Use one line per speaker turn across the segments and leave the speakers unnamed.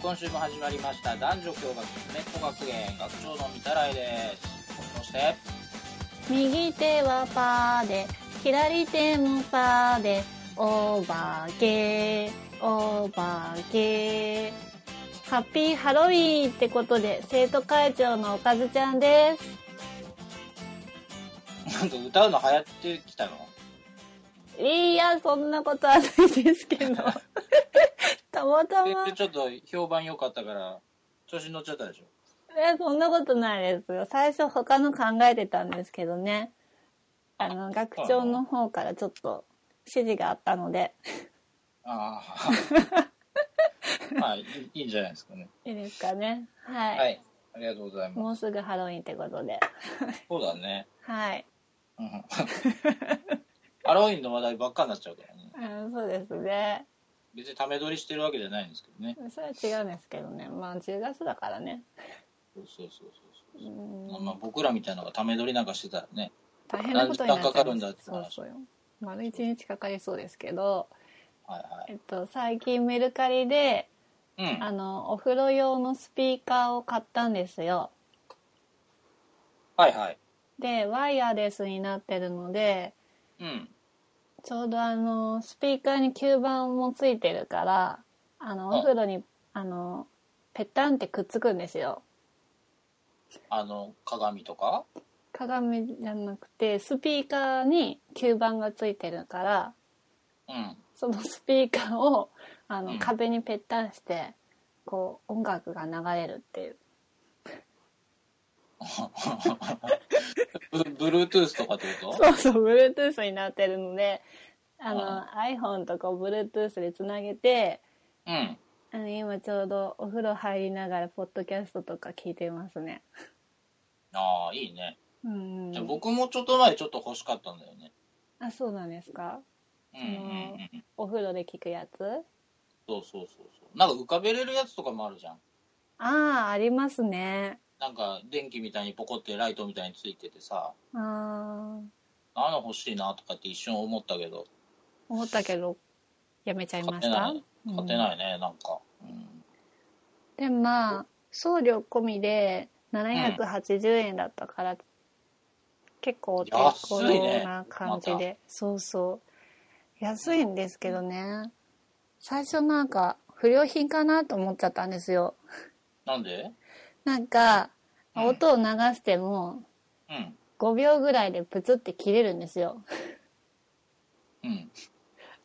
今週も始まりました男女共学猫学園学長の御たらいですそして
右手はパーで左手もパーでおばけおばけハッピーハロウィーンってことで生徒会長のおかずちゃんです
なんか歌うの流行ってきたの
いやそんなことはないですけどたまたま
えちょっと評判良かったから調子に乗っちゃったでしょ
えそんなことないですよ最初他の考えてたんですけどねあの学長の方からちょっと指示があったので
あ あまあいいいいんじゃないですかね
いいですかねはい、
はいありがとうございます
もうすぐハロウィンってことで
そうだね
はい
うん ハロウィンの話題ばっかになっちゃうからね
あそうですね
別にため撮りしてるわけじゃないんですけどね
それは違うんですけどねまあ10月だからね
そうそうそうそう
う
まあ
ん
まあ僕らみたいなのがため撮りなんかしてたらね
大変なことになっち
何
ゃ
時間かかるんだ
う
って
そう
話
そうよ丸1日かかりそうですけど、
はい
えっと、最近メルカリで
はいうん
あのお風呂用のスピーカーを買ったんですよ
はいはい
でワイヤレスになってるので
うん
ちょうどあのスピーカーに吸盤もついてるからあのお風呂にあのぺったんってくっつくんですよ
あの鏡とか
鏡じゃなくてスピーカーに吸盤がついてるから
うん
そのスピーカーをあ
う
の
ん
壁にぺったんしてこう音楽が流れるっていう
ブブルートゥースとかってこと
そうそう Bluetooth になってるのであの
あ
iPhone とかを Bluetooth でつなげて
うん
あの今ちょうどお風呂入りながらポッドキャストとか聞いてますね。
ああいいね
うん
じゃあ僕もちょっと前ちょっと欲しかったんだよね
あそうなんですか
うんうんうんうん
お風呂で聞くやつ
そうそうそうそうなんか浮かべれるやつとかもあるじゃん
ああありますね。
なんか電気みたいにポコってライトみたいについててさ
あー
あの欲しいなとかって一瞬思ったけど
思ったけどやめちゃい
買
ま
っ
してた
ない
うん
買ってないね、なんか、うん、
でもまあ送料込みで780円だったから、結構お手頃な感じ
安い
で、
ね
そうそう安いんですけどね最初なんか不良品かなと思っちゃったんですよ
なんで
なんか
うん
音を流しても
うん
5秒ぐらいでプツって切れるんですよ
うん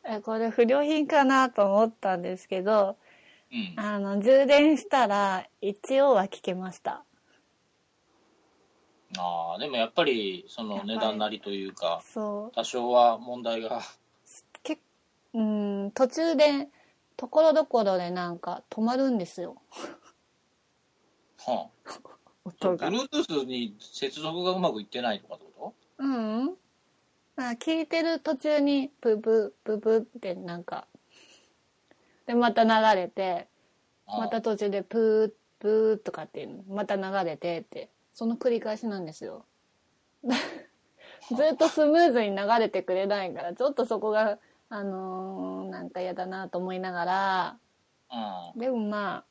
えこれ不良品かなと思ったんですけど
うん
あの充電したら一応は聞けました
ああでもやっぱりそ
やっ
の
ぱり
値段なりというか
そう
多少は問題が
けうん途中でところどころでなんか止まるんですよ
はあ
音が。
Bluetooth に接続がうまくいってないとかってこ
うん、うん、あ聞いてる途中にブブブブってなんかでまた流れて
と
また途中でプープーとかっていうのまた流れてってその繰り返しなんで すよ。ずっとスムーズに流れてくれないからちょっとそこがあのーなんか嫌だなと思いながら
あ
でもま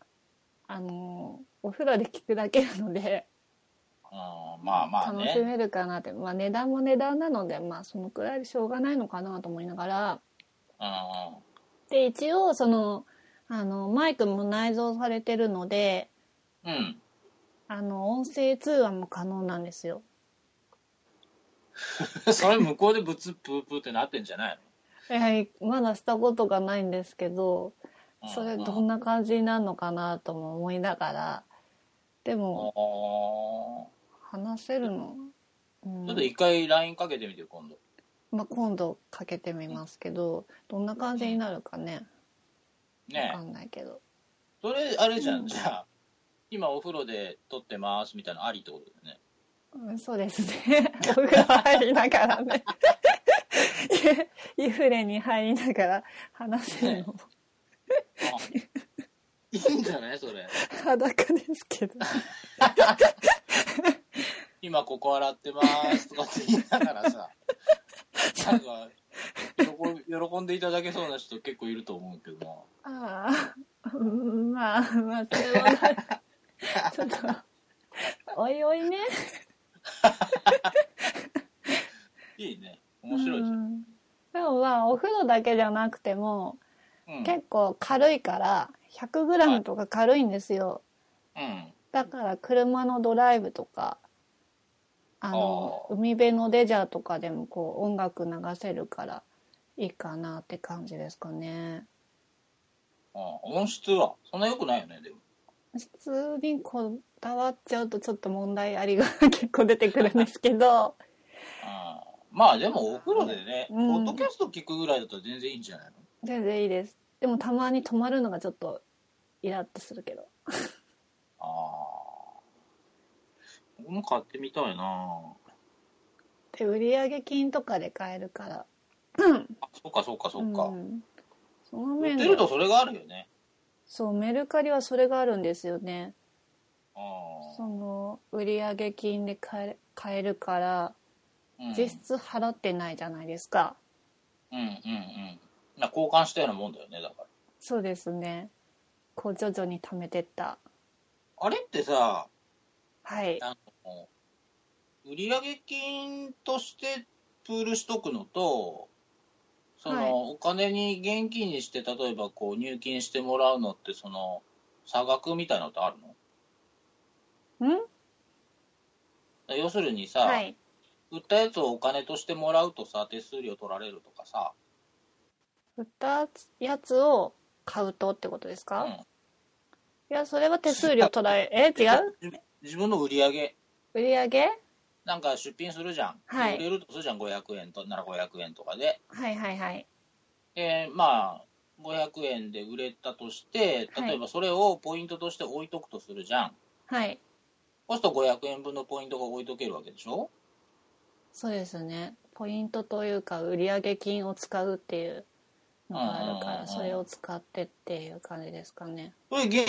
ああのお風呂で聞くだけなので、
あまあまあ
楽し
ね
めるかなって、まあ、値段も値段なので、まあ、そのくらいでしょうがないのかなと思いながら
あ
で一応そのあのマイクも内蔵されてるので
あうん
あの音声通話も可能なんですよ。
それ向こうでブツプープーってなってんじゃない
やはりまだしたことがないんですけど
の
それどん
な
な感じになるのかなとも思いながらでも話せるの、うん
ちょっと一回 LINE かけてみてよ今度
まあ、今度かけてみますけどどんな感じになるかねわ
ね
かんないけど
それあれじゃ
うんん
じゃあ今お風呂で撮ってますみたいなのありってことだよね
うんそうですね お風呂入りながらね 湯船に入りながら話せるのも
あい いんじゃないそれ
裸ですけど
今ここ洗ってますとかって言いながら さなんか喜喜んでいただけそうな人結構いると思うけどな
ああうん まあ、まあ、それはな、ちょっと、おいおいね。
いいね。面白いじゃん。
うんでもまあ、お風呂だけじゃなくても、
うん。
結構軽いから、100g とか軽いんですよ。
うん。
だから、車のドライブとか、あの、
あ
海辺のレジャーとかでもこう、音楽流せるから、いいかなって感じですかね。
あ音質は、そんな良くないよね、でも。
普通にこだわっちゃうとちょっと問題ありが結構出てくるんですけど
あーまあでもお風呂でね、
うん
ポッドキャスト聞くぐらいだったら全然いいんじゃないの
全然いいですでもたまに止まるのがちょっとイラッとするけど
ああ。僕も買ってみたいな
で売上金とかで買えるから
あ、そっかそっかそっか。
うんその
売
面
って
で
るとそれがあるよね。
そうメルカリはそれがあるんですよね
あ
その売上金で買え買えるから
あ。うん
実質払ってないじゃないですか、
うんうんうん。な交換したようなもんだよね、だから。
そうですねこう徐々に貯めてった
あれってさ、
はい
あの、売上金としてプールしとくのと、その、
はい
お金に現金にして、例えばこう入金してもらうのって、その、差額みたいなのってあるの
ん
要するにさ、
はい
売ったやつをお金としてもらうとさ、手数料取られるとかさ、
売ったやつを買うとってことですか、
うん
いやそれは手数料取られえ違う
自分自分の売り上げ、
売り上げ
なんか出品するじゃん。
はい
売れるとするじゃん、500円と、なら500円とかで。
はいはいはい
で、まあ、500円で売れたとして、
はい
例えばそれをポイントとして置いとくとするじゃん。
はい
そうすると500円分のポイントが置いとけるわけでしょ
そうですねポイントというか売上金を使うっていうのがある
うん
か
うんうん
らそれを使ってっていう感じですかね
それ現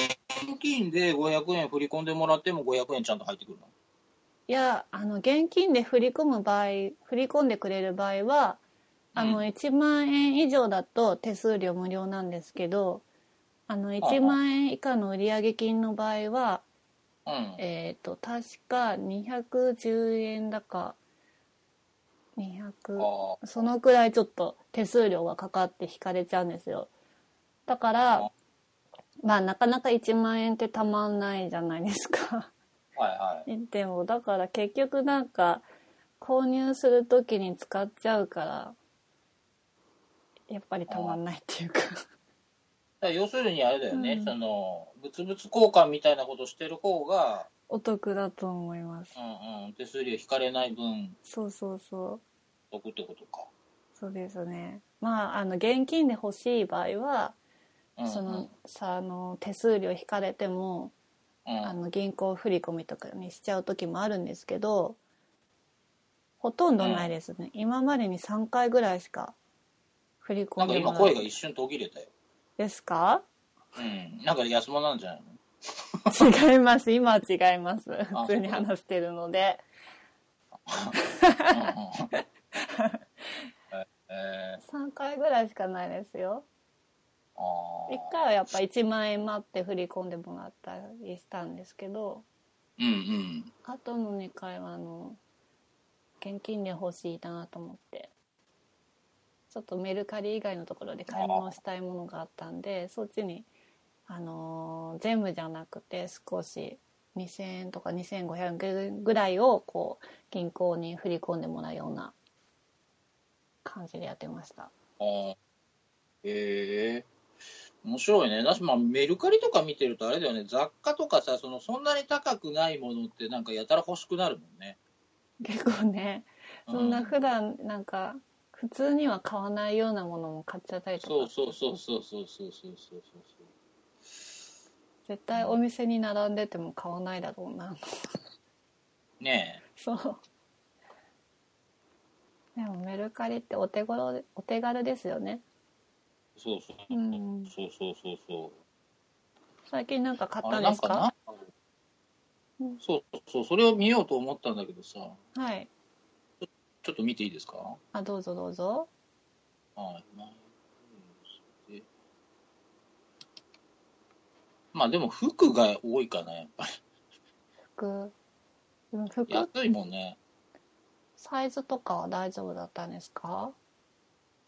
金で500円振り込んでもらっても500円ちゃんと入ってくるの
いやあの現金で振り込む場合振り込んでくれる場合はあ
う
の1万円以上だと手数料無料なんですけどあの1万円以下の売上金の場合は
うん。
えっ、と確か210円だか200
ああ。
そのくらいちょっと手数料がかかって引かれちゃうんですよだから
あ
まあなかなか1万円ってたまんないじゃないですか
はいはい。
でもだから結局なんか購入する時に使っちゃうからやっぱりたまんないっていうか
だから要するにあれだよね、
うん
その、物々交換みたいなことしてる方が、
お得だと思います
うんうん、手数料引かれない分、
そうそうそう
得ってことか。
そうですねまああの現金で欲しい場合は
うんうん、
そのさあの手数料引かれても、
うん、
あの銀行振り込みとかにしちゃう時もあるんですけどほとんどないですね、今までに3回ぐらいしか振り
な
込
ん
ん
か
で
今
も
声
ら
が
う
一瞬途切れたよ。
ですか
うん。なんか安物なんじゃないの
違います今は違います
あ
普通に話してるので
うんうんえー、
3回ぐらいしかないですよ
あー
1回はやっぱ1万円待って振り込んでもらったりしたんですけど
うんうん。
あとの2回はあの現金で欲しいなと思ってちょっとメルカリ以外のところで買い物したいものがあったんでそっちに、あのー全部じゃなくて少し2,000円とか2,500円ぐらいをこう銀行に振り込んでもらうような感じでやってました。
あーえー、面白いね。だし、まあ、メルカリとか見てるとあれだよね、雑貨とかさ、そのそんなに高くないものってなんかやたら欲しくなるもんね。
結構ね
う
そんな普段なんか普通には買わないようなものも買っちゃったりとか
そうそうそうそうそうそうそうそうそう。
絶対お店に並んでても買わないだろうな
ね
そう。でもメルカリってお手頃でお手軽ですよね。
え。そうそう。
うん
そうそうそうそう。
最近なんか買っ
あ
た
れ
ん
な
で
ん
す
か
か
な
うん
そうそう、それを見ようと思ったんだけどさ、
はい。
ちょっと見ていいですか
あ、どうぞどうぞ。
はい。まあまあでも服が多いかな、やっぱり。
服でも服
安いもんね。
サイズとかは大丈夫だったんですか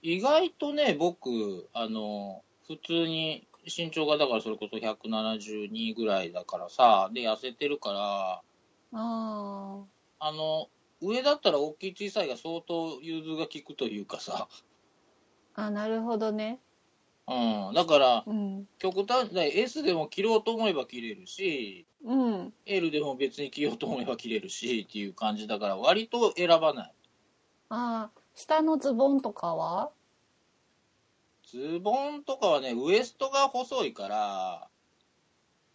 意外とね、僕、あの、普通に身長がだからそれこそ172ぐらいだからさ、で、痩せてるから、
ああ
あの、上だったら大きい小さいが相当融通が利くというかさ、
あなるほどね
うん、だから、
うん
極端だ S でも着ろうと思えば着れるし、
うん、
L でも別に着ようと思えば着れるしっていう感じだから、割と選ばない。
あー下のズボンとかは
ズボンとかはね、ウエストが細いから、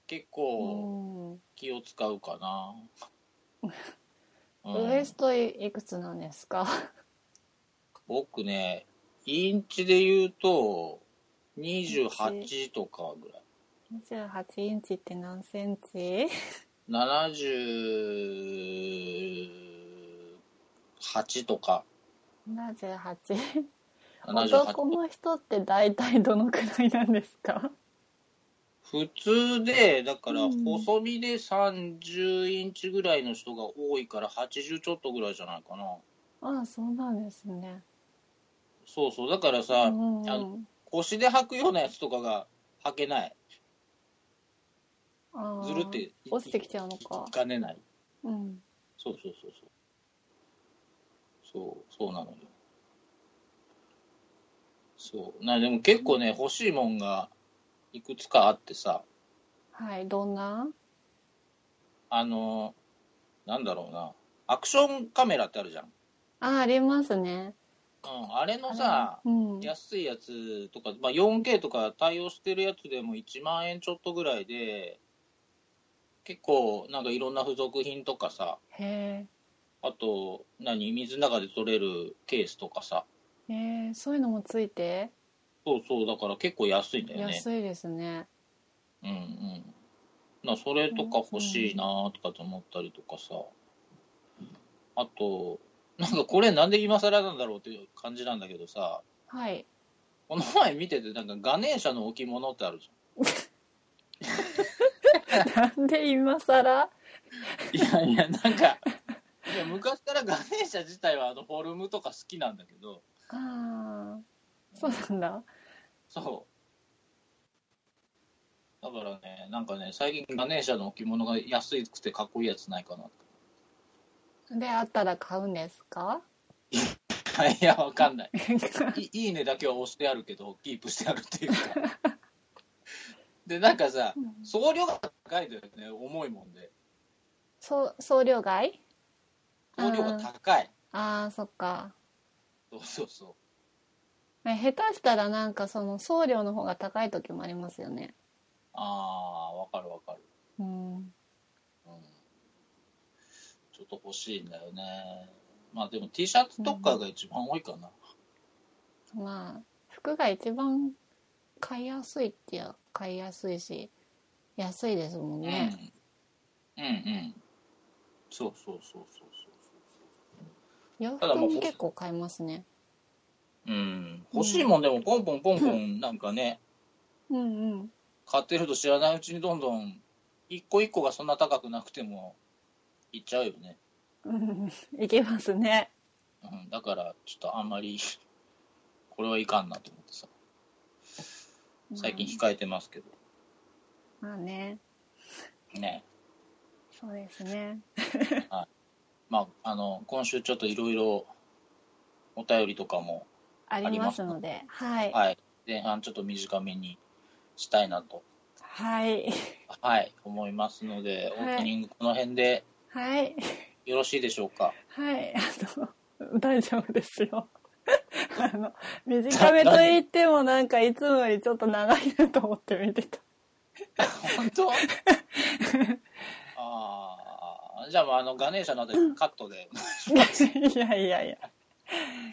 結構
うん
気を使うかな。うん
ウエストいいくつなんですか
僕ね、インチで言うと、28とかぐらい。
28インチって何センチ
78とか。
?78 男
78
の人って大体どのくらいなんですか
普通で、だから
うん
細身で30インチぐらいの人が多いから80ちょっとぐらいじゃないかな。
ああそうなんですね
そうそう。だからさ、
うんうん
あ腰で履くようなやつとかが履けない。
あー
ずるって。
落ちてきちゃうのか
いかねない。
うん
そうそうそうそう。そう、そうなのよ。そう。な、でも結構ね、欲しいもんがいくつかあってさ、
はいどんな
あの、なんだろうな、アクションカメラってあるじゃん。
あーありますね
うん、あれのさ、
うん
安いやつとか、まあ、4K とか対応してるやつでも1万円ちょっとぐらいで、結構なんかいろんな付属品とかさ、
へ
あと、何、水の中で取れるケースとかさ、
えへえそういうのもついて
そうそう、だから結構安いんだよね。
安いですね
うんうん。なそれとか欲しいなーとかと思ったりとかさ。あと、なんかこれなんで今更なんだろうっていう感じなんだけどさ、
はい
この前見ててなんかガネーシャの置物ってあるじ
なんで今更
ゃん。いやいや、なんか、いや昔からガネーシャ自体はあのフォルムとか好きなんだけど、
ああそうなんだ
そう。だからね、なんかね、最近ガネーシャの置物が安くてかっこいいやつないかなって。
であったら買うんですか
いや、わかんない。 いいいねだけは押してあるけど、キープしてあるっていうか。で、なんかさ、送料が高いんだよね、重いもんで。
そう送料外
送料が高い。
ああそっか
そうそうそ
ね下手したらなんかその送料の方が高い時もありますよね
う。あー、わかるわかる。
うん
うん。ちょっと欲しいんだよね。まあでも T シャツとかが一番多いかな。
まあ服が一番買いやすいってや買いやすいし安いですもん
うん。
ね、
うんうん。そうそうそうそう
洋
ただ
服
もう
も結構買いますね
そう。うん。欲しいもんでもポンポンポンポンなんかね、
うんうん
買ってると知らないうちにどんどん一個一個がそんな高くなくてもいっちゃうよね、
うんいけますね
うん、だからちょっとあんまりこれはいかんなと思ってさ最近控えてますけど、
まあね
ね
そうですね
まああの今週ちょっといろいろお便りとかも
あ
り
り
ま
ますすのではい
はい前半ちょっと短めにしたいなと
はい
はい思いますのでオ
はい
ープニングこの辺で
はい
よろしいでしょうか、
はいあの大丈夫ですよ あの短めと言ってもなんかいつもよりちょっと長いなと思って見て た
本当 ああじゃあもうあのガネーシャのあたりカットで
いやいやいや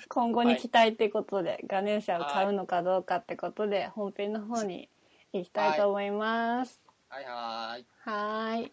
今後に期待ってことで、ガネーシャを買うのかどうかってことで、本編の方に行きたいと思います
はいはーい。
はーい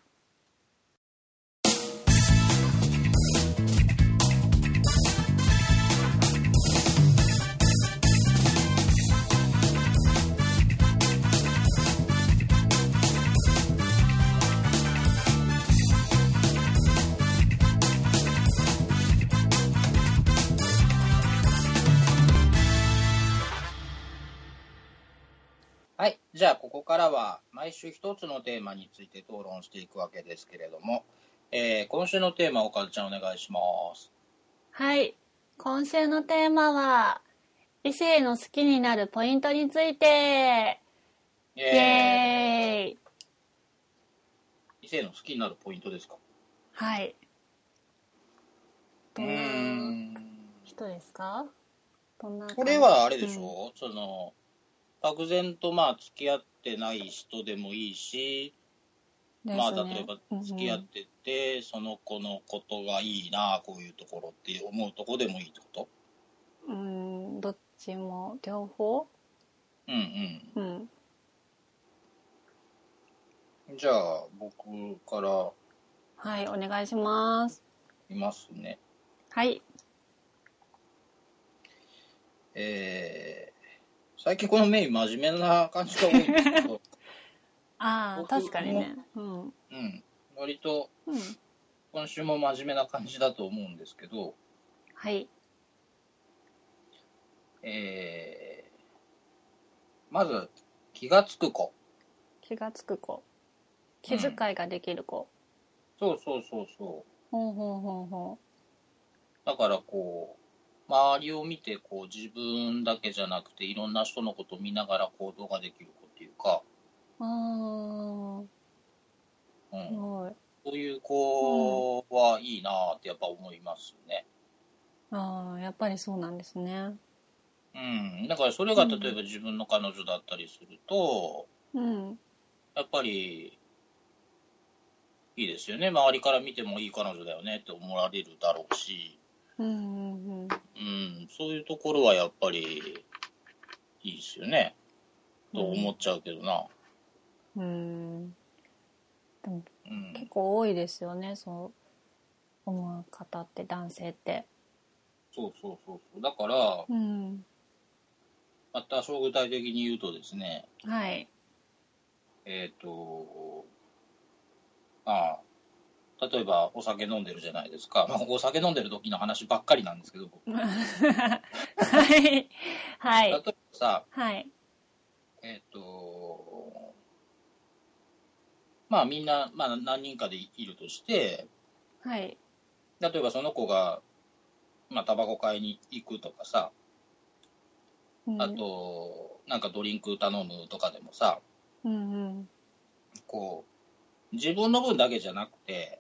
じゃあ、ここからは毎週一つのテーマについて討論していくわけですけれども、えー今週のテーマ、おかずちゃんお願いします。
はい。今週のテーマは、異性の好きになるポイントについて、
イ
イ
エーイ
エーイ
異性の好きになるポイントですか
はい。
う
どん
ー。
なん人ですかどんな感じ
これはあれでしょ、その、漠然とまあ付き合ってない人でもいいし、
うん
まあ
ですね
例えば付き合ってて、その子のことがいいな、こういうところって思うとこでもいいってこと
うんうん、どっちも両方
うんうん。
うん
じゃあ、僕から
はいお願いします
いますね。
はい
えー、最近このメイン真面目な感じが多いんですけ ど、
ああ
僕も
確かにねうんうん
うん、割と今週も真面目な感じだと思うんですけど、
はい
えー、まず、気がつく子。
気がつく子気遣いができる子、
そうそうそうそう。
ほうほうほうほ
だからこう、周りを見て、こう、自分だけじゃなくて、いろんな人のことを見ながら行動ができる子っていうか、
うあ
う
あす
ん、
ごい
そういう子はいいなーってやっぱ思いますね。
ああやっぱりそうなんですね
うん、だからそれが
うん
例えば自分の彼女だったりすると、
うん
やっぱりいいですよね周りから見てもいい彼女だよねって思われるだろうし、
うんうんうん
うん、そういうところはやっぱりいいですよねと思っちゃうけどな、
うんでも
うん、
結構多いですよねそう思う方って男性って
そうそうそうそうだから
うん
また小具体的に言うとですね
はい
えっ、とああ例えばお酒飲んでるじゃないですか、まあ、お酒飲んでる時の話ばっかりなんですけど僕
はい。は
例え
い。
ばさ、
はい。
えっ、と、まあみんな、まあ何人かでいるとして、
はい。
例えばその子が、まあタバコ買いに行くとかさ、
うん
あ、と、なんかドリンク頼むとかでもさ、
うんうん。
こう、自分の分だけじゃなくて、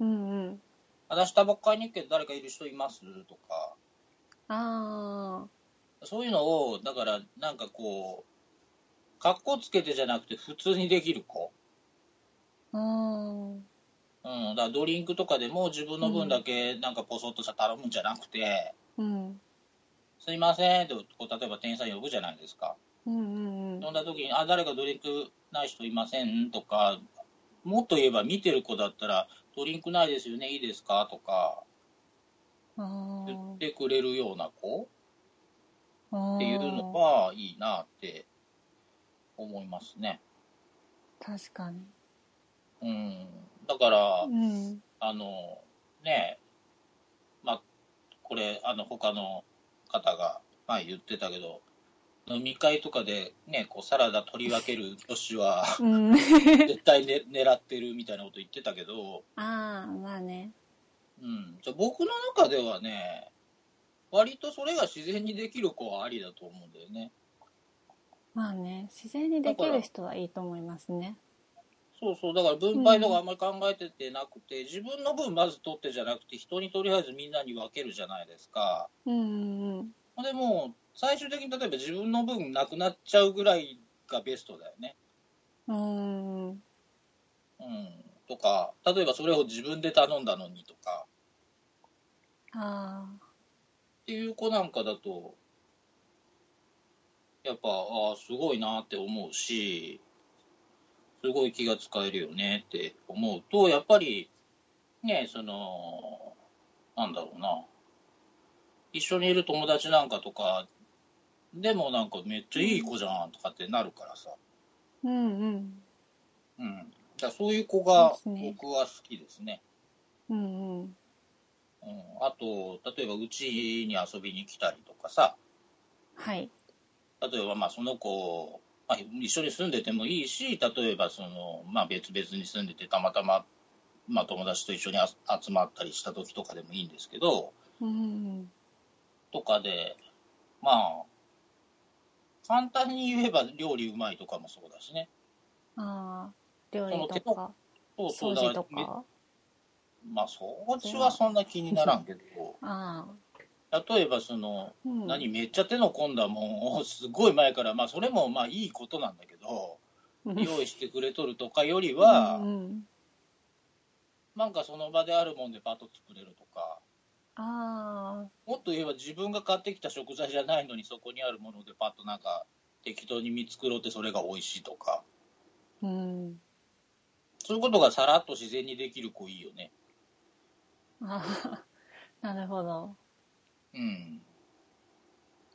うんうん。
私タバコ買いに行くけど誰かいる人いますとか、
あ
そういうのを、だからなんかこう、格好つけてじゃなくて普通にできる子。
あ。うん。
うん、だからドリンクとかでも自分の分だけなんかポソッとさ頼むんじゃなくて、
うん。
すいませんってこう例えば店員さん呼ぶじゃないですか
うんうんうん
飲んだ時に「あ誰かドリンクない人いません?」とかもっと言えば見てる子だったら「ドリンクないですよねいいですか?」とか
あ
言ってくれるような子
あ。
っていうのはいいなって思いますね。
確かに。
うん、だから、
うん。、
あの、ねえ、まあ、これ、あの、他の方が前言ってたけど、飲み会とかでね、こう、サラダ取り分ける女子は
うん。
絶対、ね、狙ってるみたいなこと言ってたけど、
ああ、まあね。
うん、じゃあ僕の中ではね、割とそれが自然にできる子はありだと思うんだよね。
まあね。自然にできる人はいいと思いますね。
そうそう、だから分配とかあんまり考えててなくて、自分の分まず取ってじゃなくて、人にとりあえずみんなに分けるじゃないですか。
うんうんうん。
でも、最終的に例えば自分の分なくなっちゃうぐらいがベストだよね。
うんうん。
うん。とか、例えばそれを自分で頼んだのにとか、
あ
っていう子なんかだと、やっぱ、ああ、すごいなって思うし、すごい気が使えるよねって思うと、やっぱり、ね、その、なんだろうな、一緒にいる友達なんかとか、でもなんかめっちゃいい子じゃんとかってなるからさ、
あ。うんうん。
うん、だからそういう子が
そうですね
僕は好きですね。
うんうん。
うん、あと、例えばうちに遊びに来たりとかさ、
はい。
例えばまあその子まあ、一緒に住んでてもいいし例えばその、まあ、別々に住んでてたまたま、まあ、友達と一緒にあ集まったりした時とかでもいいんですけど
うん。
とかでまあ簡単に言えば料理うまいとかもそうだしね
ああ、料理と
そ
か、
そうそう
掃
だ
除
ら
と
め
か。
まあ掃除はそんな気にならんけど
ああ、
例えばその
うん。
何めっちゃ手の込んだもんをすごい前からまあそれもまあいいことなんだけど用意してくれとるとかよりは
うんうん、
なんかその場であるもんでパッと作れるとか
ああ、
もっと言えば自分が買ってきた食材じゃないのにそこにあるものでパッとなんか適当に見繕ってそれが美味しいとか
うん。
そういうことがさらっと自然にできる子いいよね
ああ、なるほど。
うん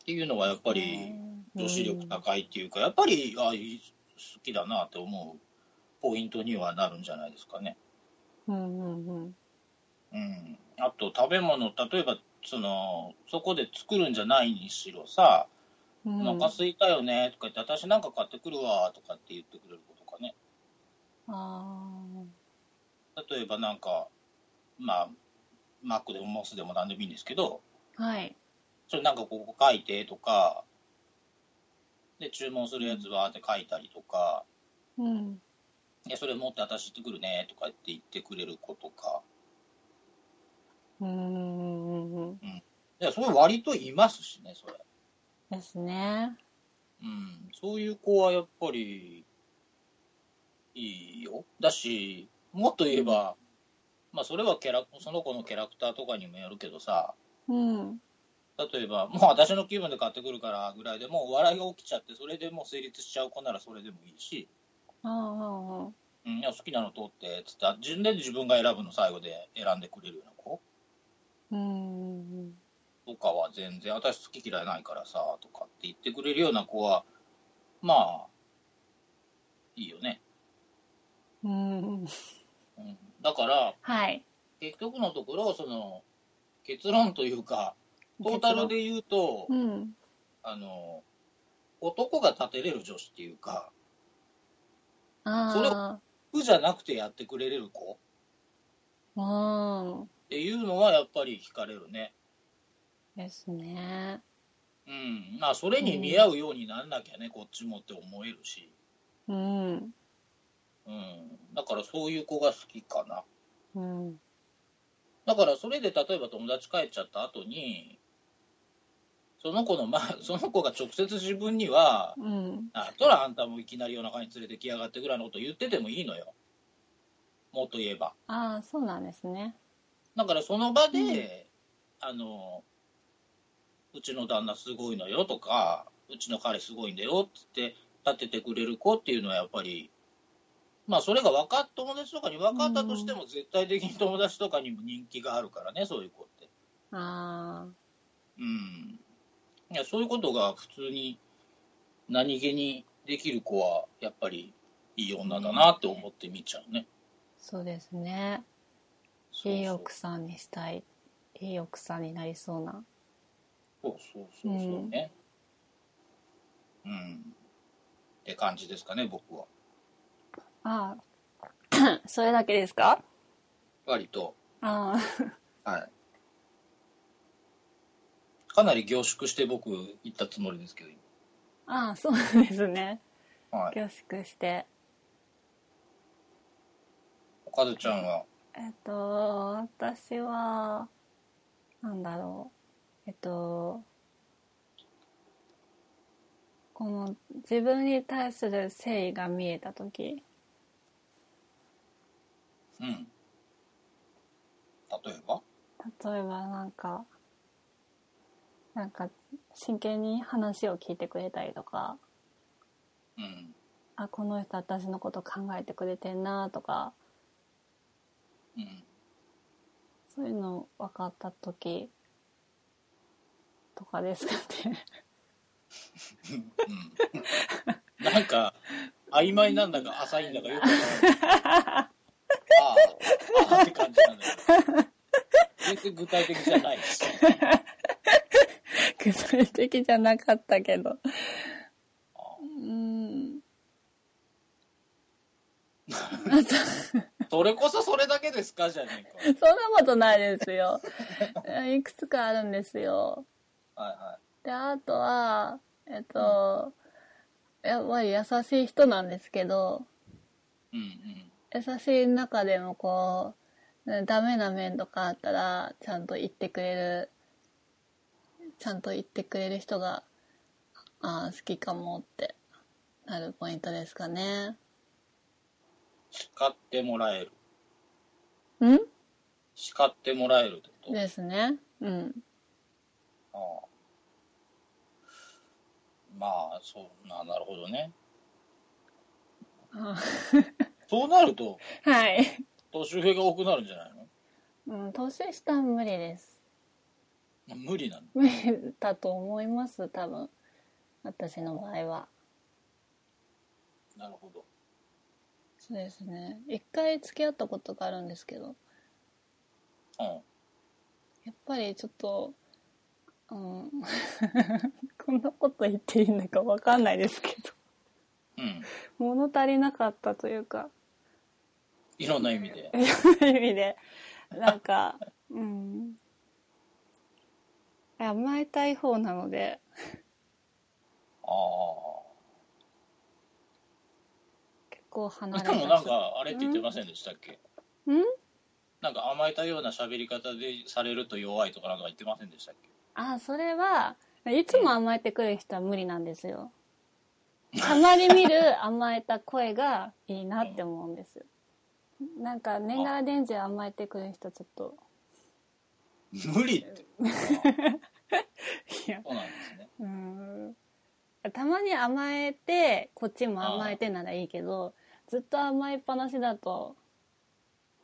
っていうのはやっぱり
うん
女子力高いっていうかやっぱりあいい好きだなって思うポイントにはなるんじゃないですかね
うんうんうん。
うん、あと食べ物例えばそのそこで作るんじゃないにしろさ「
う
お
ん、
腹空いたよね」とか言って「私なんか買ってくるわ」とかって言ってくれることかね
あ
例えばなんかまあマックでもモスでも何でもいいんですけど
あ、はい。
それなんかここ書いてとかで注文するやつはって書いたりとか
うん。
でそれ持って私行ってくるねとかって言ってくれる子とか
うんうんうんうん。
いやそれ割といますしねそれ。
ですね。
うん、そういう子はやっぱりいいよ。だし、もっと言えば、まあそれはキャラその子のキャラクターとかにもよるけどさ、
うん。
例えば、もう私の気分で買ってくるからぐらいでもう笑いが起きちゃって、それでもう成立しちゃう子ならそれでもいいし、
ああああ、
うん、いや好きなの取って、つって、自分で自分が選ぶの最後で選んでくれるような子
うんうんうん。
とかは全然、私好き嫌いないからさ、とかって言ってくれるような子は、まあ、いいよね。
うん。
うん、だから、
はい。
結局のところその結論というかトータルで言うと、
うん。
あの男が立てれる女子っていうか
あ
苦じゃなくてやってくれれる子
あ、うん。
っていうのはやっぱり惹かれるね。
ですね。
うん、まあそれに見合うようになんなきゃね、こっちもって思えるし、
うん。
うん、だからそういう子が好きかな
うん。
だからそれで例えば友達帰っちゃった後にその子の、ま、その子が直接自分には
うん。
あとらあんたもいきなり夜中に連れてきやがってぐらいのこと言っててもいいのよ。もっと言えば。
ああ、そうなんですね。
だからその場で、
うん
あの、うちの旦那すごいのよとか、うちの彼すごいんだよって言って立ててくれる子っていうのはやっぱり、まあそれが分かっ友達とかに分かったとしても絶対的に友達とかにも人気があるからね、そういう子って。
あ
うん。いや、そういうことが普通に何気にできる子は、やっぱりいい女だなって思って見ちゃうね。
あ、そうですね。
そう
いい奥さんにしたい。いい奥さんになりそうな。
そうそうそうそうそうね。うん。って感じですかね、僕は。
あ あ、それだけですか
割と。
ああ、
はい。かなり凝縮して僕言ったつもりですけど、
ああ、そうなんですね。
今はい。
恐縮して。
おかずちゃんは、
えっと、私は、なんだろう。えっと、この自分に対する誠意が見えた時
うん。例えば
例えばなんか、なんか真剣に話を聞いてくれたりとか、
うん。
あ、この人私のこと考えてくれてんなとか、
うん。
そういうの分かった時とかですか ね。
うんなんか、曖昧なんだか浅いんだかよくわからない。ああ、ああって感じなんだけど。全然具体的じゃないし。
具体的じゃなかったけど。うーん。
それこそそれだけですかじゃねえ
そんなことないですよ。 いくつかあるんですよ。
か。はいは
で、あとは、えっと、やっぱり優しい人なんですけど、
い。うんうん。
優しい中でもこう、ねダメな面とかあったら、ちゃんと言ってくれる、ちゃんと言ってくれる人が、ああ、好きかもってなるポイントですかね。
叱ってもらえる。
ん
叱ってもらえるってこと
ですね。 うん。
ああまあ、そうな、なるほどね。
あ
そうなると、
ーはい。
年上が多くなるんじゃない
うん、年下は無理です。
の無理なの。
無理 だと思います、多分。私の場合は。
なるほど。
そうですね。一回付き合ったことがあるんですけど、
うん。
やっぱりちょっと、うん、 こんなこと言っていいのかわかんないですけど、
うん。
物足りなかったというか、
いろんな意味で。
そういう意味で、なんか、うん。甘えたい方なので、
あ
結構
あ。
離
し
れ
か
ま
もなんか、あれって言ってませんでしたっけ
ん
なんか甘えたような喋り方でされると弱いとかなんか言ってませんでしたっけ
あ、それは、いつも甘えてくる人は無理なんですよ。たまに見る甘えた声がいいなって思うんですよ。なんか、年がら年中甘えてくる人ちょっと、
無理って。
いや、
そうなんですね。
うーん。たまに甘えて、こっちも甘えてならいいけど、ずっと甘えっぱなしだと、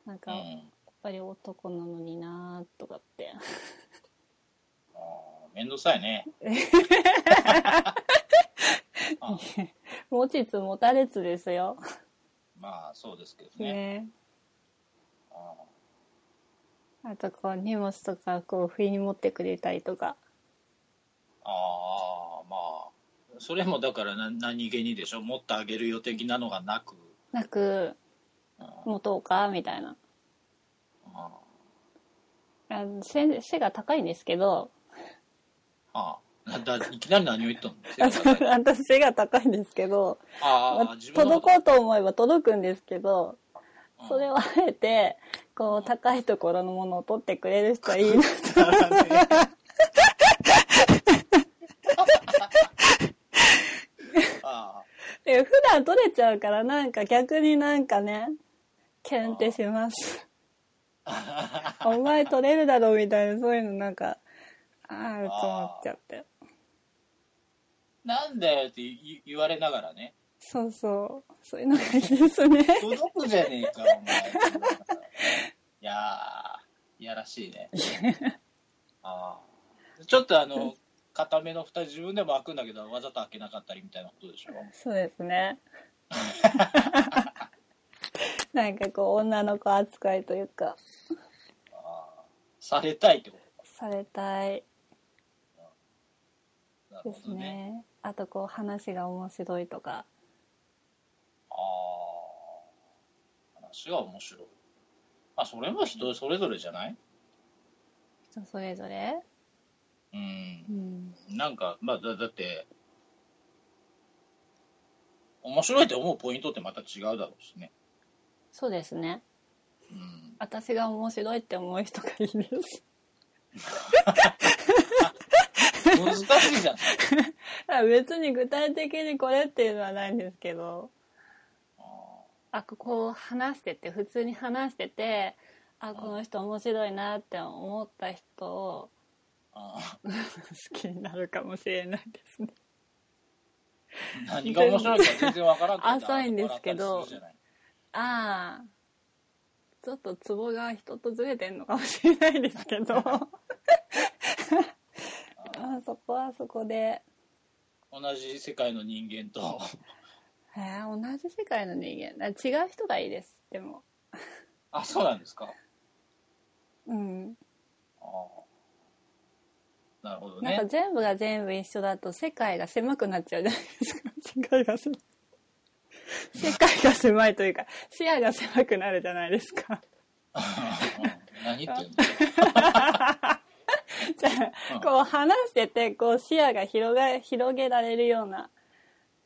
なん
う
か、やっ
ん。
ぱり男なのになーとかって。
あーめんどくさい ね。あ
持ちつ持たれつですよ。
まあ、そうですけどね。
ね。
あ
あと、こう、荷物とか、こう、不意に持ってくれたりとか。
ーあー、まあ。それもだからな何気にでしょ。持ってあげる予的なのがなく。
なく、
うん
持とうかみたいな。
あ
あ背背が高いんですけど、
ああだいきなり何を言ったの
私背が高いんですけど、
ああ、
ま
自分の
届
こと
こうと思えば届くんですけど、
うん
それをあえて、こう、高いところのものを取ってくれる人はいいなと。
あ
で普段取れちゃうから、なんか逆になんかね、キュンってします。お前取れるだろうみたいな、そういうのなんか、ああ、と思っちゃって。
あ なんだよって言言われながらね。
そうそう。そういうのがいいです ね。
届くじゃねえか、お前。いやー、いやらしいね。ああちょっとあの、固めの蓋自分でも開くんだけど、わざと開けなかったりみたいなことでしょ。
そうで すね。なんかこう女の子扱いというか
されたいってこ
されたい
と。なる
で
ほ
す
ど
ね
ね。
あとこう話が面白いとか
ああ話は面白い。まあ、それも人それぞれじゃない
人それぞれ、
うん
う。ん、
なんか、まあ、だだって、面白いって思うポイントってまた違うだろうしね。
そうですね
うん。
私が面白いって思う人がいいです
難しいじゃ ん。
あ別に具体的にこれっていうのはないんですけど
あ
あここう話してて普通に話しててあこの人面白いなって思った人を
ーあー
好きになるかもしれないですね
何が面白いか全然わからんかった
浅いんですけど
笑ったりするじゃない
ああちょっとツボが人とずれてんのかもしれないですけど あーそこはそこで、
同じ世界の人間と、
えー同じ世界の人間あ違う人がいいですでも
あ、そうなんですか。
うん、
ああなるほど
なん か
ね。
全部が全部一緒だと世界が狭くなっちゃうじゃないですか世界が狭い世界が狭いというか、視野が狭くなるじゃないですか。
何言ってんの
じゃあ、こう話してて、こう視野が広が、広げられるような、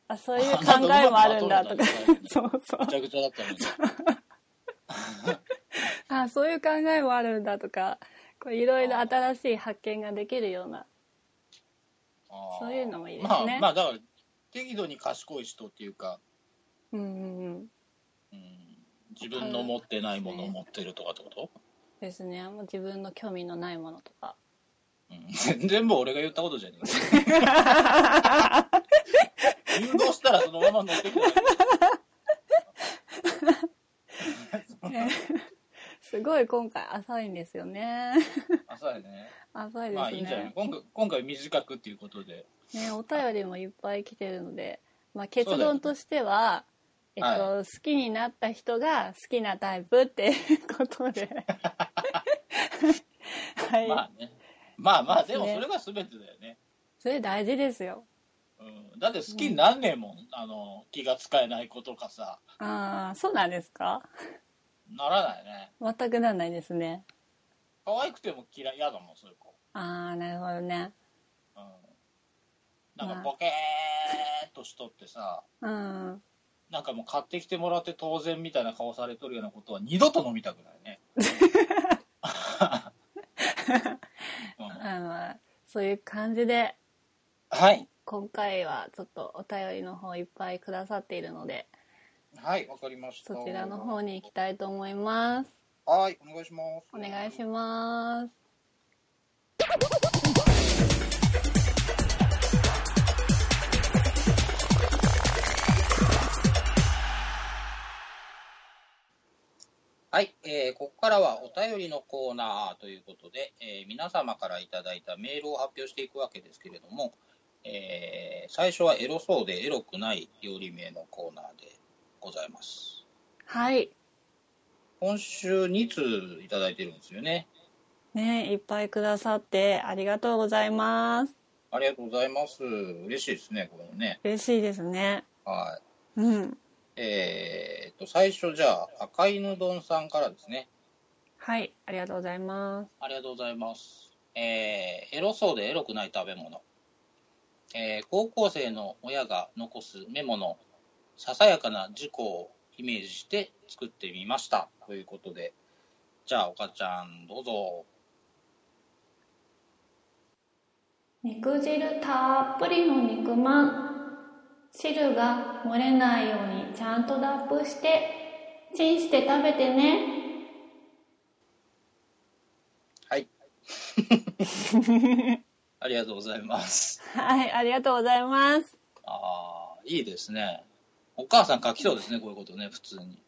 あ、そういう考えもあるんだと か、 そうそう
め。ちゃくちゃだったのに。
あ、そういう考えもあるんだとか、こういろいろ新しい発見ができるような。
あー
そういうのもいいですね
まあ、まあ、だから、適度に賢い人っていうか、
うんうんうん。
うん、自分の持ってないものを持ってるとかってこと、
ですね。もう自分の興味のないものとか。
うん、 全然もう俺が言ったことじゃね え誘導したらそのまま乗ってくる。
すごい今回浅いんですよね。
あ、そうやね。
浅いですね。
まあいいんじゃない今回今回短くっていうことで。
ね、お便りもいっぱい来てるので、まあ、結論としては、えっ
そうだよね
と好きになった人が好きなタイプっていうことで はい、
まあね。まあまあ、でも
です
そ
ね
れが全てだよね。
それ大事ですよ
うん、だって好きになんねえもん、あの気が使えない子とかさ
ああそうなんですか
ならないね
全くなんないですね
可愛くても嫌い嫌だもんそういう子、
ああなるほどね
うん、なんかボケーっとしとってさ
うん
なんかもう買ってきてもらって当然みたいな顔されとるようなことは二度と飲みたくない ね、うん
あのそういう感じで
はい
今回はちょっとお便りの方いっぱいくださっているので
はいわかりました
そちらの方に行きたいと思います
はいお願いします
お願いします。
はい、えーここからはお便りのコーナーということで、えー皆様からいただいたメールを発表していくわけですけれども、えー最初はエロそうでエロくない料理名のコーナーでございます。
はい。
今週2通いただいてるんですよね。
ねいっぱいくださってありがとうございます。
ありがとうございます。嬉しいですね、これもね。
嬉しいですね。
はい。
うん。
えー、と、最初じゃあ、赤犬丼さんからですね。
はい。ありがとうございます。
ありがとうございます。えーエロそうでエロくない食べ物。えー高校生の親が残すメモのささやかな事故をイメージして作ってみました。ということで、じゃあ、おかちゃん、どうぞ。
肉汁たっぷりの肉まん。汁が漏れないようにちゃんとラップして、チンして食べてね。
はい。ありがとうございます。
はい。ありがとうございます。
ああ、いいですね。お母さん書きそうですね、こういうことね、普通に。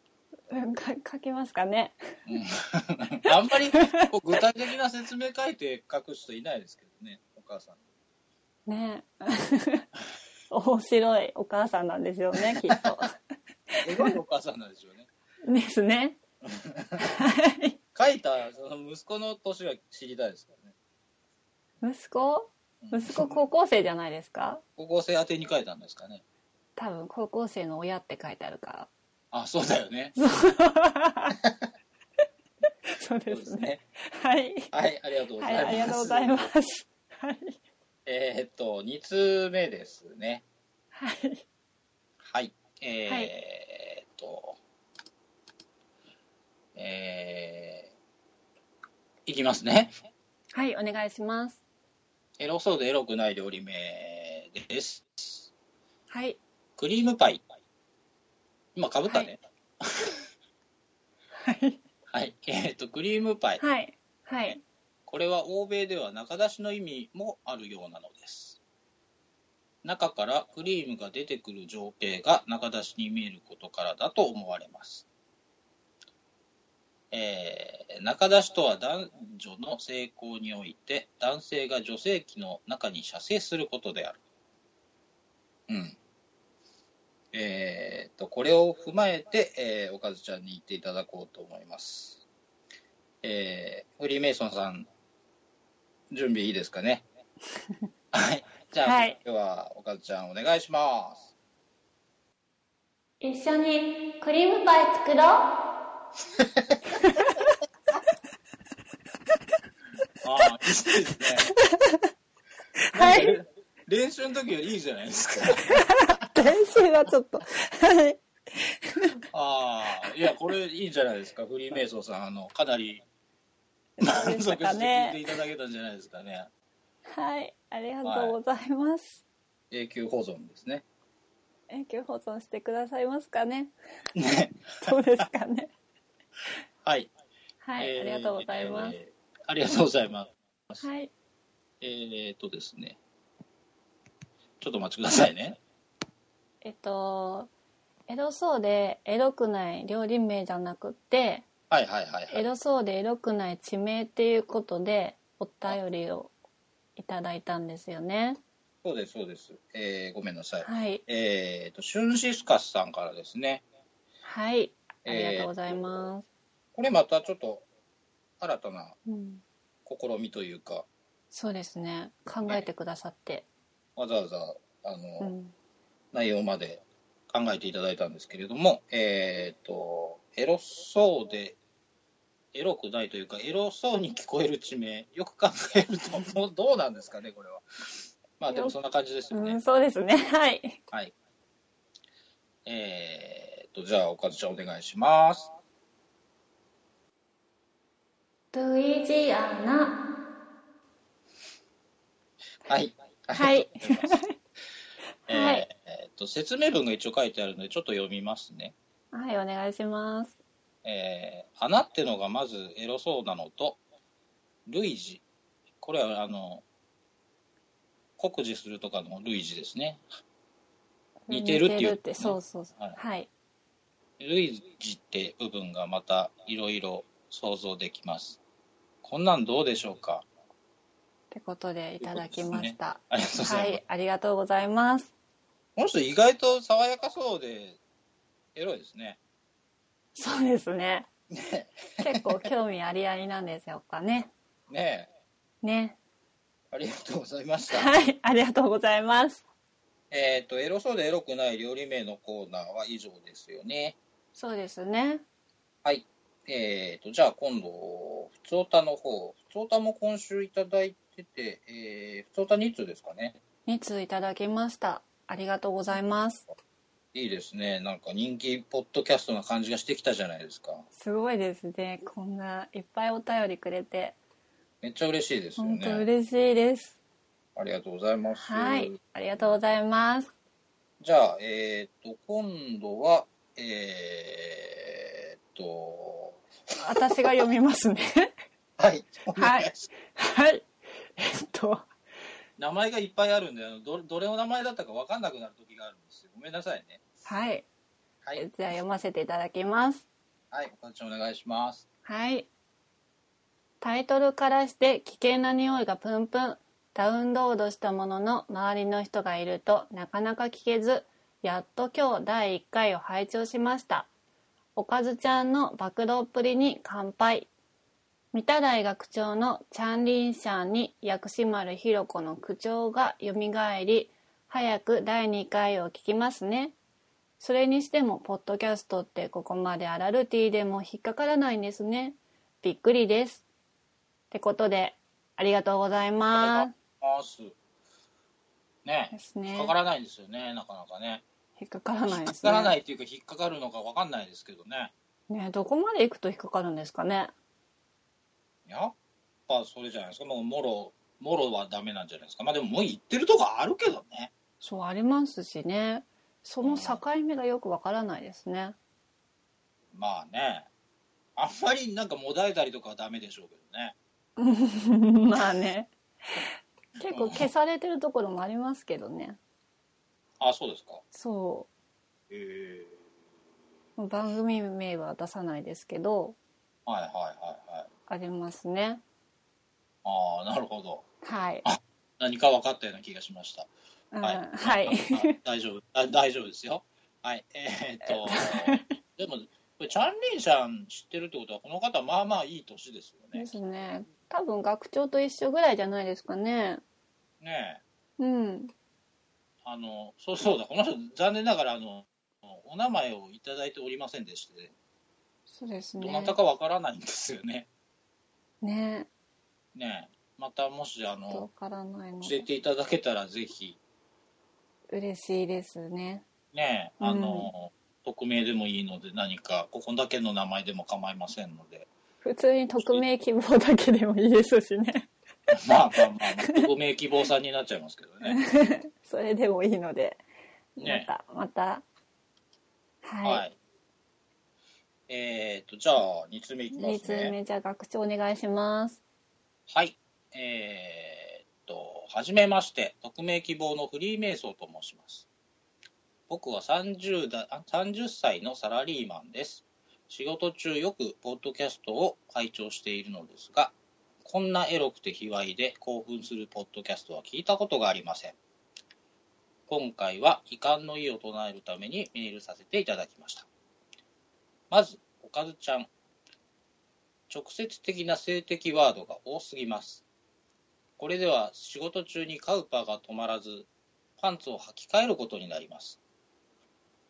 うんか書きますかね。
うん あんまりこう具体的な説明書いて書く人いないですけどね、お母さん。
ね面白いお母さんなんですよね、き っと。
すごいお母さんなんですよね。
ですね。
書いたその息子の年が知りたいですからね
息子
うん
息子高校生じゃないですか
高校生宛てに書いたんですかね
多分高校生の親って書いてある から。
あそうだよね
そ
そ
うで
うですす
ね。
ね
はい。
はいありがとうござ
はいい、
ます、
ありがとうございます。はい。
えーっと2通目ですね
はい。
はいえー
はい
えーっとえーいきますね
はい、お願いします。
エロそうでエロくない料理名です
はい。
クリームパイ今かぶったね
はい。
はい、えーっとクリームパイ
はい。はい。
これは欧米では中出しの意味もあるようなのです。中からクリームが出てくる情景が中出しに見えることからだと思われます。えー中出しとは男女の性交において男性が女性器の中に射精することである。うん。えー、と、これを踏まえて、えーおかずちゃんに言っていただこうと思います。えーフリーメイソンさん、準備いいですかね。はい。じゃあ、
はい
では、おかずちゃんお願いします。
一緒にクリームパイ作ろ
ああ、いいですね。
うはい。
なんか練習の時よりいいじゃないですか。
練習はちょっと。はい。
ああ、いや、これいいじゃないですか。フリーメイソンさん、あの、かなり
どう
満
で
足
し
したて
か
聞いて
ね。
いただけたんじゃないですかね。
はい。ありがとうございます。
永久保存ですね。
永久保存してくださいますかね。
ね。
どうですかね。
はい。
はい。
え
あ
ー
りがとうございます。
えーありがとうございます。
はい。
えーっとですね。ちょっとお待ちくださいね。
えっと、エロそうでエロくない料理名じゃなくって、
はいはいはいは
エ
い。
ロそうでエロくない地名っていうことでお便りをいただいたんですよね。
そうですそうです。えーごめんなさい。
はい。
えーっと、シュンシスカスさんからですね。
はい。あ
えー
りがとうございます。
これまたちょっと新たな
うん、
試みというか、
そうですね。考えてくださって。
わざわざ、あの、
うん。
内容まで考えていただいたんですけれども、えっ、と、エロそうで、エロくないというか、エロそうに聞こえる地名、よく考えると、どうどうなんですかね、これは。まあでもそんな感じですよ
うん、
ね。
そうですね。はい。
はい。えっ、と、じゃあ、おかずちゃんお願いします。
ルイジアナ。
はい。
はい。
え
は
ー
い
えーと、説明文が一応書いてあるので、ちょっと読みますね。
はい、お願いします。
えー穴ってのがまずエロそうなのと、類似。これはあの、酷似するとかの類似ですね。似てるっていう
似そうそうそう。
はい
はい。
類似って部分がまたいろいろ想像できます。こんなんどうでしょうか
ってことでいただきました。
ありがとうございます。
はい、ありがとうございます。
この人意外と爽やかそうで、エロいですね。
そうですね。結構興味ありありなんですよかね。
ねえ。
ね。
ありがとうございま した。
はい、ありがとうございます。
えっと、エロそうでエロくない料理名のコーナーは以上ですよね。
そうですね。
はい。えーと、じゃあ今度、ふつおたの方。ふつおたも今週いただいてて、えー、ふつおた2通ですかね。
2通いただきました。ありがとうございます。
いいですね。なんか人気ポッドキャストな感じがしてきたじゃないですか。
すごいですね。こんないっぱいお便りくれて、
めっちゃ嬉しいですよ
本当
ね。
嬉しいです。
ありがとうございます。
はい、ありがとうございます。
じゃあ、えーと、今度は、えーと、
私が読みます ね。
はい。
はいはい。えっと、
名前がいっぱいあるんで、あのどどれの名前だったか分かんなくなる時があるんですよ。ごめんなさいね。
はい。
はい。
じゃあ読ませていただきます。
はい。おちお願いします。
はい。タイトルからして危険な匂いがプンプン。ダウンロードしたものの周りの人がいるとなかなか聞けず、やっと今日第1回を拝聴しました。おかずちゃんの暴露っぷりに乾杯。三田大学長のチャンリンシャンに薬師丸ひろ子の口調が蘇り、早く第2回を聞きますね。それにしてもポッドキャストってここまでアラルティでも引っかからないんですねびっくりですってことでありがとうございま
ます。ね
す
え
ですね
引っかからないんですよね、なかなかね。
引っかからない
引っ
で
か
すね
からないっていうか、引っかかるのかわかんないですけどね。
ねどこまで行くと引っかかるんですかね
やっぱそれじゃないですか、もうもろ、もろはダメなんじゃないですか。まあでももう言ってるとこあるけどね。
そうありますしねその境目がよくわからないですね
まあね。あんまりなんかもだえたりとかはダメでしょうけどね。
まあね結構消されてるところもありますけどね
あ、そうですか。
そ
ええ
う番組名は出さないですけど
はいはいはいはい。
ありますね
ああ、なるほど。
はい
何か分かったような気がしました。
うん
はい
はい
あ大丈夫あ、大丈夫ですよ。はい、えーっと、 でも、これチャンリンシャン知ってるってことは、この方、まあまあいい年ですよ
で
ね。
すね。多分学長と一緒ぐらいじゃないですかね。
ねえ、
うん。
あの、そうそうだ、この人、残念ながら、あの、お名前をいただいておりませんでして、
そうです
ど
ね。
なたかわからないんですよね。
ね、
ねえまたもし、あ
わ
の、
からないの
教え
で。
ていただけたらぜひ、
嬉しいですね。
ねえあの、匿名でもいいので何か、ここだけの名前でも構いませんので。
普通に匿名希望だけでもいいですしね。
まあまあまあ、匿名希望さんになっちゃいますけどね。
それでもいいので。
ね
また、また。はい。
はい。えっと、じゃあ、2つ目いきま
二
す
通
ね。
目じゃあ学長お願いします。
はい。えーっと、はじめまして、匿名希望のフリーメイソーと申します。僕は30だあ30歳のサラリーマンです。仕事中よくポッドキャストを拝聴しているのですが、こんなエロくて卑猥で興奮するポッドキャストは聞いたことがありません。今回は遺憾の意を唱えるためにメールさせていただきました。まず、おかずちゃん、直接的な性的ワードが多すぎます。これでは仕事中にカウパーが止まらず、パンツを履き替えることになります。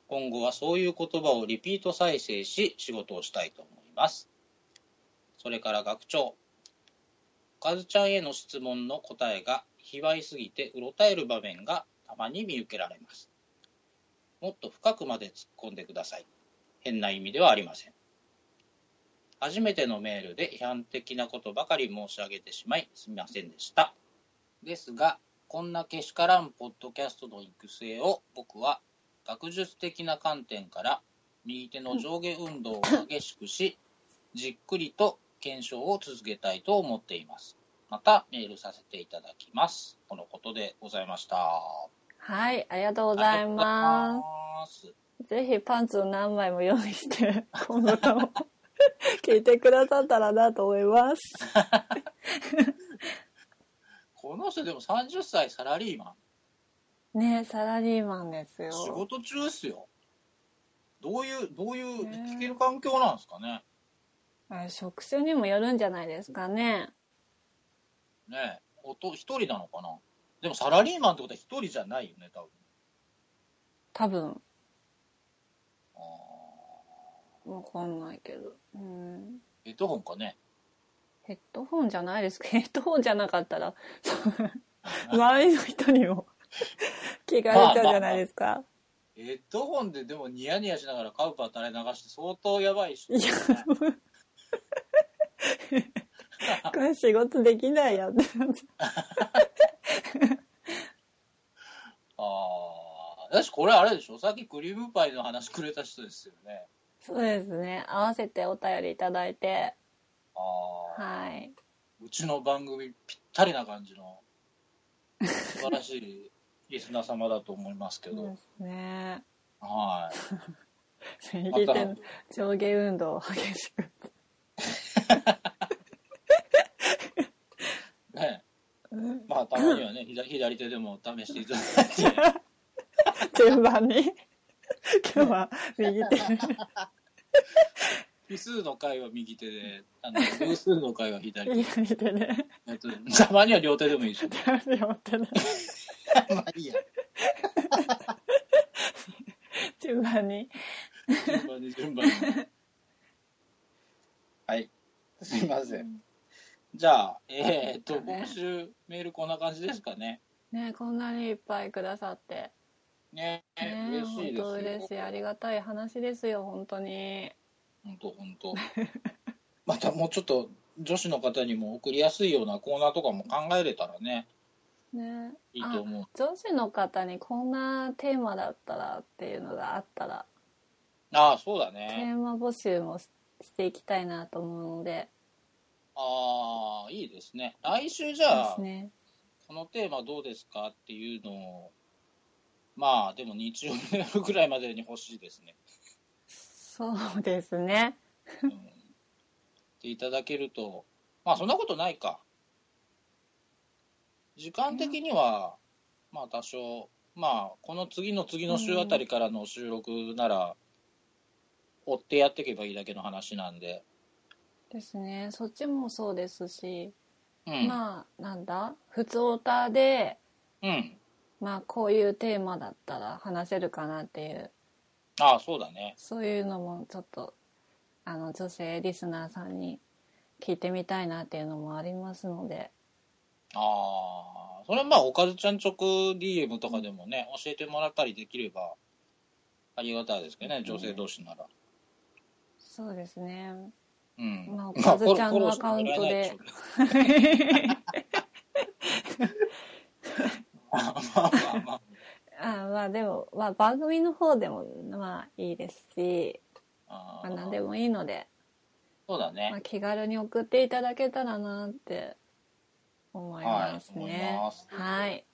今後はそういう言葉をリピート再生し、仕事をしたいと思います。それから学長、おかずちゃんへの質問の答えが卑猥すぎてうろたえる場面がたまに見受けられます。もっと深くまで突っ込んでください。変な意味ではありません。初めてのメールで批判的なことばかり申し上げてしまいすみませんでした。ですが、こんなけしからんポッドキャストの育成を僕は学術的な観点から右手の上下運動を激しくし、じっくりと検証を続けたいと思っています。またメールさせていただきます。このことでございました。
はい、ありがとうござ
ありが
いま
とうございます。
す。ぜひパンツを何枚も用意して、 今後とも聞いてくださったらなと思います。
この人でも30歳サラリーマン。
ねサラリーマンですよ。
仕事中っすよどういうどういう
ねえ
聞ける環境なんですかね
あ職種にもよるんじゃないですかね。
ねえおと一人なのかなでもサラリーマンってことは一人じゃないよね多分
多分、
あ
わかんないけど。うん。
ーヘッドホンかね
ヘッドホンじゃないですけど、ヘッドホンじゃなかったら、 そう周りの人にも聞かれちゃうじゃないですか。
ヘッドホンででもニヤニヤしながらカウパー垂れ流して相当やばいし、
いや、これ仕事できないやってなって。
ああだしこれあれでしょさっきクリームパイの話くれた人ですよね
そうですね。合わせてお便りいただいて、
ああ
はい。
うちの番組ぴったりな感じ の素晴らしいリスナー様だと思いますけ
そう
ど、
ですね。
はい
右手の上下運動を激しく。
ね
うん
まあたまにはね左左手でも試していただ いて
順番に。今日は右手。
奇数の回は右手で あの偶数の回は左手
いい右手で。
えっとたまには両手でもいい し
手足持ってね。
まあいいや
順番に。
順番に順番にはいすいませんじゃあえーっと今週メールこんな感じですかね
ねこんなにいっぱいくださって。
ね
ね
嬉しい
本
です
当嬉しい。ありがたい話ですよ、本当に。
本当本当またもうちょっと女子の方にも送りやすいようなコーナーとかも考えれたらね
ね
いいと思う
女子の方にこんなテーマだったらっていうのがあったら、
ああそうだ
テ
ね
ーマ募集もししていきたいなと思うので
ああ、いいですね。来週じ
で
ゃあ、
すね
このテーマどうですかっていうのを、まあ、でも日曜日の夜ぐらいまでに欲しいですね。
そうですね
うん、っていただけると、まあ、そんなことないか。時間的には、まあ、多少、まあ、この次の次の週あたりからの収録なら、追ってやっていけばいいだけの話なんで。
ですねそっちもそうですし、
うん。
まあなんだ普通オタで
うん。
まあこういうテーマだったら話せるかなっていう
ああ、そうだね。
そういうのもちょっとあの女性リスナーさんに聞いてみたいなっていうのもありますので
ああ、それはまあ、おかずちゃん直 DM とかでもね、教えてもらったりできれば、ありがたいですけどね、女性同士なら。
そうです ね
うん。
まあおかずちゃんの
まあフォローしてもらえないしょうけどまあ まあまあまあ。
あまあでも、まあ、番組の方でもまあいいですし、
あ
まあ、
ー
何でもいいので、
そうだね。
まあ、気軽に送っていただけたらなって思いますね。
は
はい、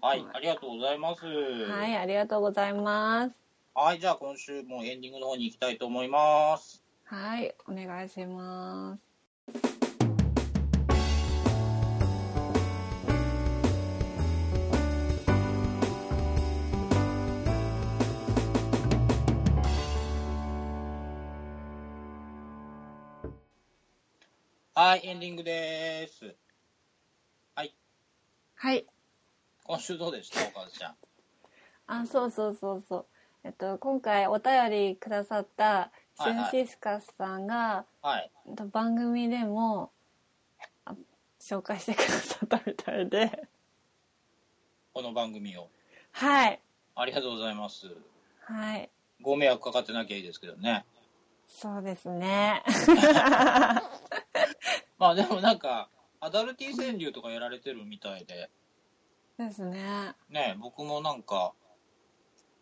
はい、ありがとうございます。
は、
はい
ありがとうございます。
はい、じゃあ今週もエンディングの方に行きたいと思います。
はい、お願いします。
はい、エンディングです。
はい、
今週どうでしたおかずちゃん。
あ、そうそうそうそう。えっと、今回お便りくださったシュンシスカスさんが、
はい。
えっと番組でもあ紹介してくださったみたいで、
この番組を。
はい、
ありがとうございます。
はい、
ご迷惑かかってなきゃいいですけどね。
そうですね。
まあでもなんか、アダルティ川柳とかやられてるみたいで、
ですね。
ね、僕もなんか、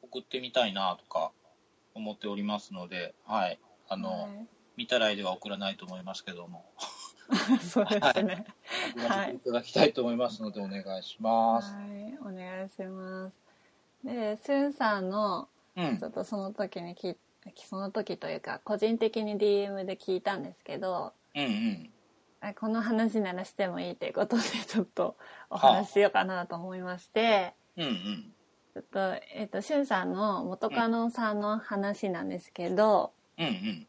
送ってみたいなとか思っておりますので、はい。あの、見たらいでは送らないと思いますけども、
はい、そうですね。
送らせていただきたいと思いますので、お願いします。
はい、お願いします。で、スンさんの
うん
ちょ。っとその時に聞いその時というか個人的に DM で聞いたんですけど、
うんうん。
あこの話ならしてもいいということでちょっとお話ししようかなと思いまして、
うんうん。
ちょっとえっ、としゅんさんの元カノさんの話なんですけど、
うんうん。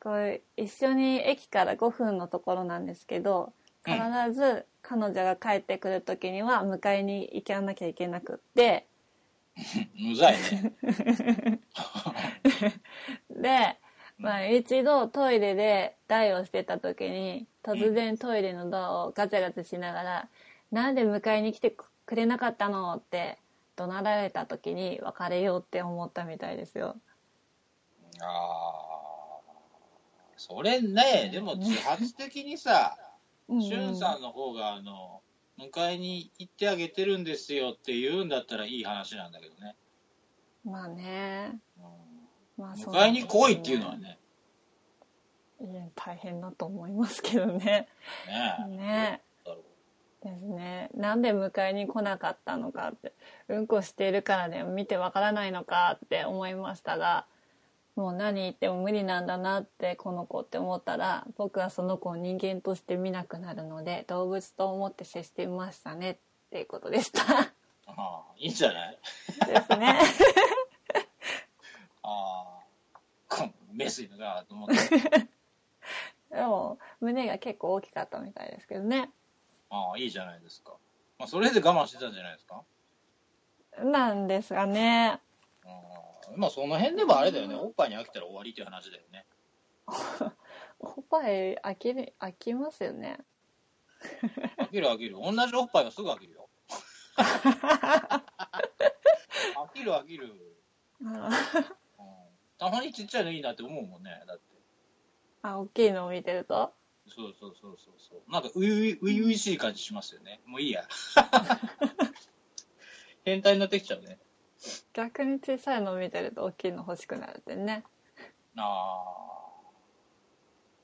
これ一緒に駅から5分のところなんですけど、
うん
必ず彼女が帰ってくる時には迎えに行かなきゃいけなくって。
うざい ね。
で、まあ、一度トイレで台をしてた時に突然トイレのドアをガチャガチャしながら「なんで迎えに来てくれなかったの?」って怒鳴られた時に別れようって思ったみたいですよ。
ああ。それね、でも自発的にさ、
うん
しゅんさんの方が、あの、迎えに行ってあげてるんですよって言うんだったらいい話なんだけどね。
まあね、
う
ま
ん、
あ、
迎えに来いっていうのは
ね
ね。
いや大変だと思いますけどね。
ねえ。
ね
どうだろ
ですね。なんで迎えに来なかったのかって、うんこしているからで、見てわからないのかって思いましたが、もう何言っても無理なんだなってこの子って思ったら、僕はその子を人間として見なくなるので、動物と思って接していましたねっていうことでした。
うああいいんじゃない
ですね。
ああ。こんメス犬がと思 って。
でも、胸が結構大きかったみたいですけどね。
ああ、いいじゃないですか。まあ、それで我慢してたんじゃないですか。
なんですがね。
うん、まあ、その辺でもあれだよね。おっぱいに飽きたら終わりっていう話だよね。
おっぱい飽きる、飽きますよね。
飽きる飽きる。同じおっぱいはすぐ飽き るよ。飽きる飽きる。
あ
うん、たまにちっちゃいのいいなって思うもんね。だって。
あ、大きいのを見てると。
そうそうそうそうそう。なんかういうい、ういういしい感じしますよね。もういいや。変態になってきちゃうね。
逆に小さいのを見てると大きいの欲しくなるってね
あー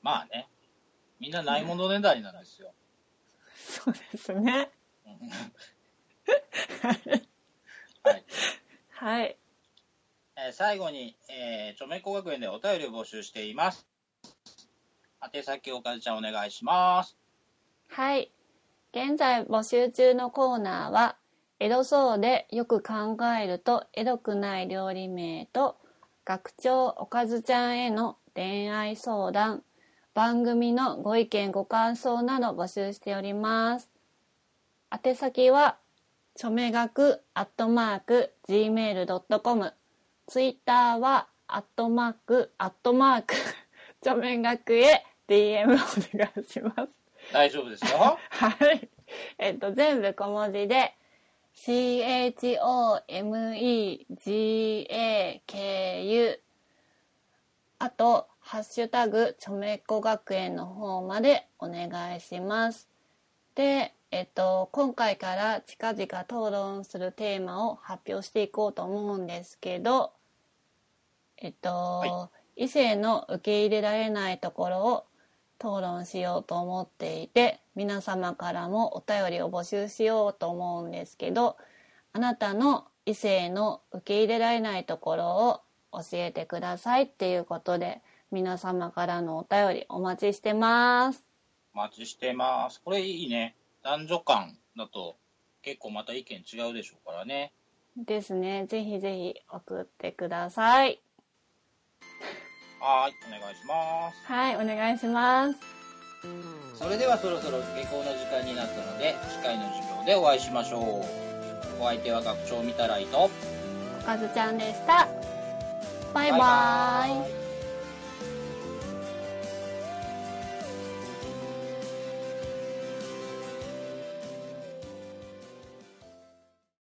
まあね。みんなないものねだりなんですよ。
そうですね
うんはい。
はい
えー最後に、えー、著名工学園でお便りを募集しています。宛先おかずちゃんお願いします。
はい現在募集中のコーナーはエロそうでよく考えるとエロくない料理名と学長おかずちゃんへの恋愛相談番組のご意見ご感想など募集しております宛先は著名学アットマーク gmail.com ツイッターは、アットマーク、アットマーク、 著名学へ DM をお願いします。
大丈夫ですよ。
はい。えっと、全部小文字で、CHOMEGAKU。あと、ハッシュタグ、ちょめっこ学園の方までお願いします。で、えっと、今回から近々討論するテーマを発表していこうと思うんですけど、えっと、
は
異性の受け入れられないところを討論しようと思っていて皆様からもお便りを募集しようと思うんですけどあなたの異性の受け入れられないところを教えてくださいっていうことで皆様からのお便りお待ちしてます
お待ちしてます。これいいね。男女間だと結構また意見違うでしょうからね。
ですねぜひぜひ送ってください
はーい、お願いします。
はいお願いします
それではそろそろ下校の時間になったので、次回の授業でお会いしましょう。お相手は学長みたらいと。
おかずちゃんでしたバイバ
バイバ
イ
ーイ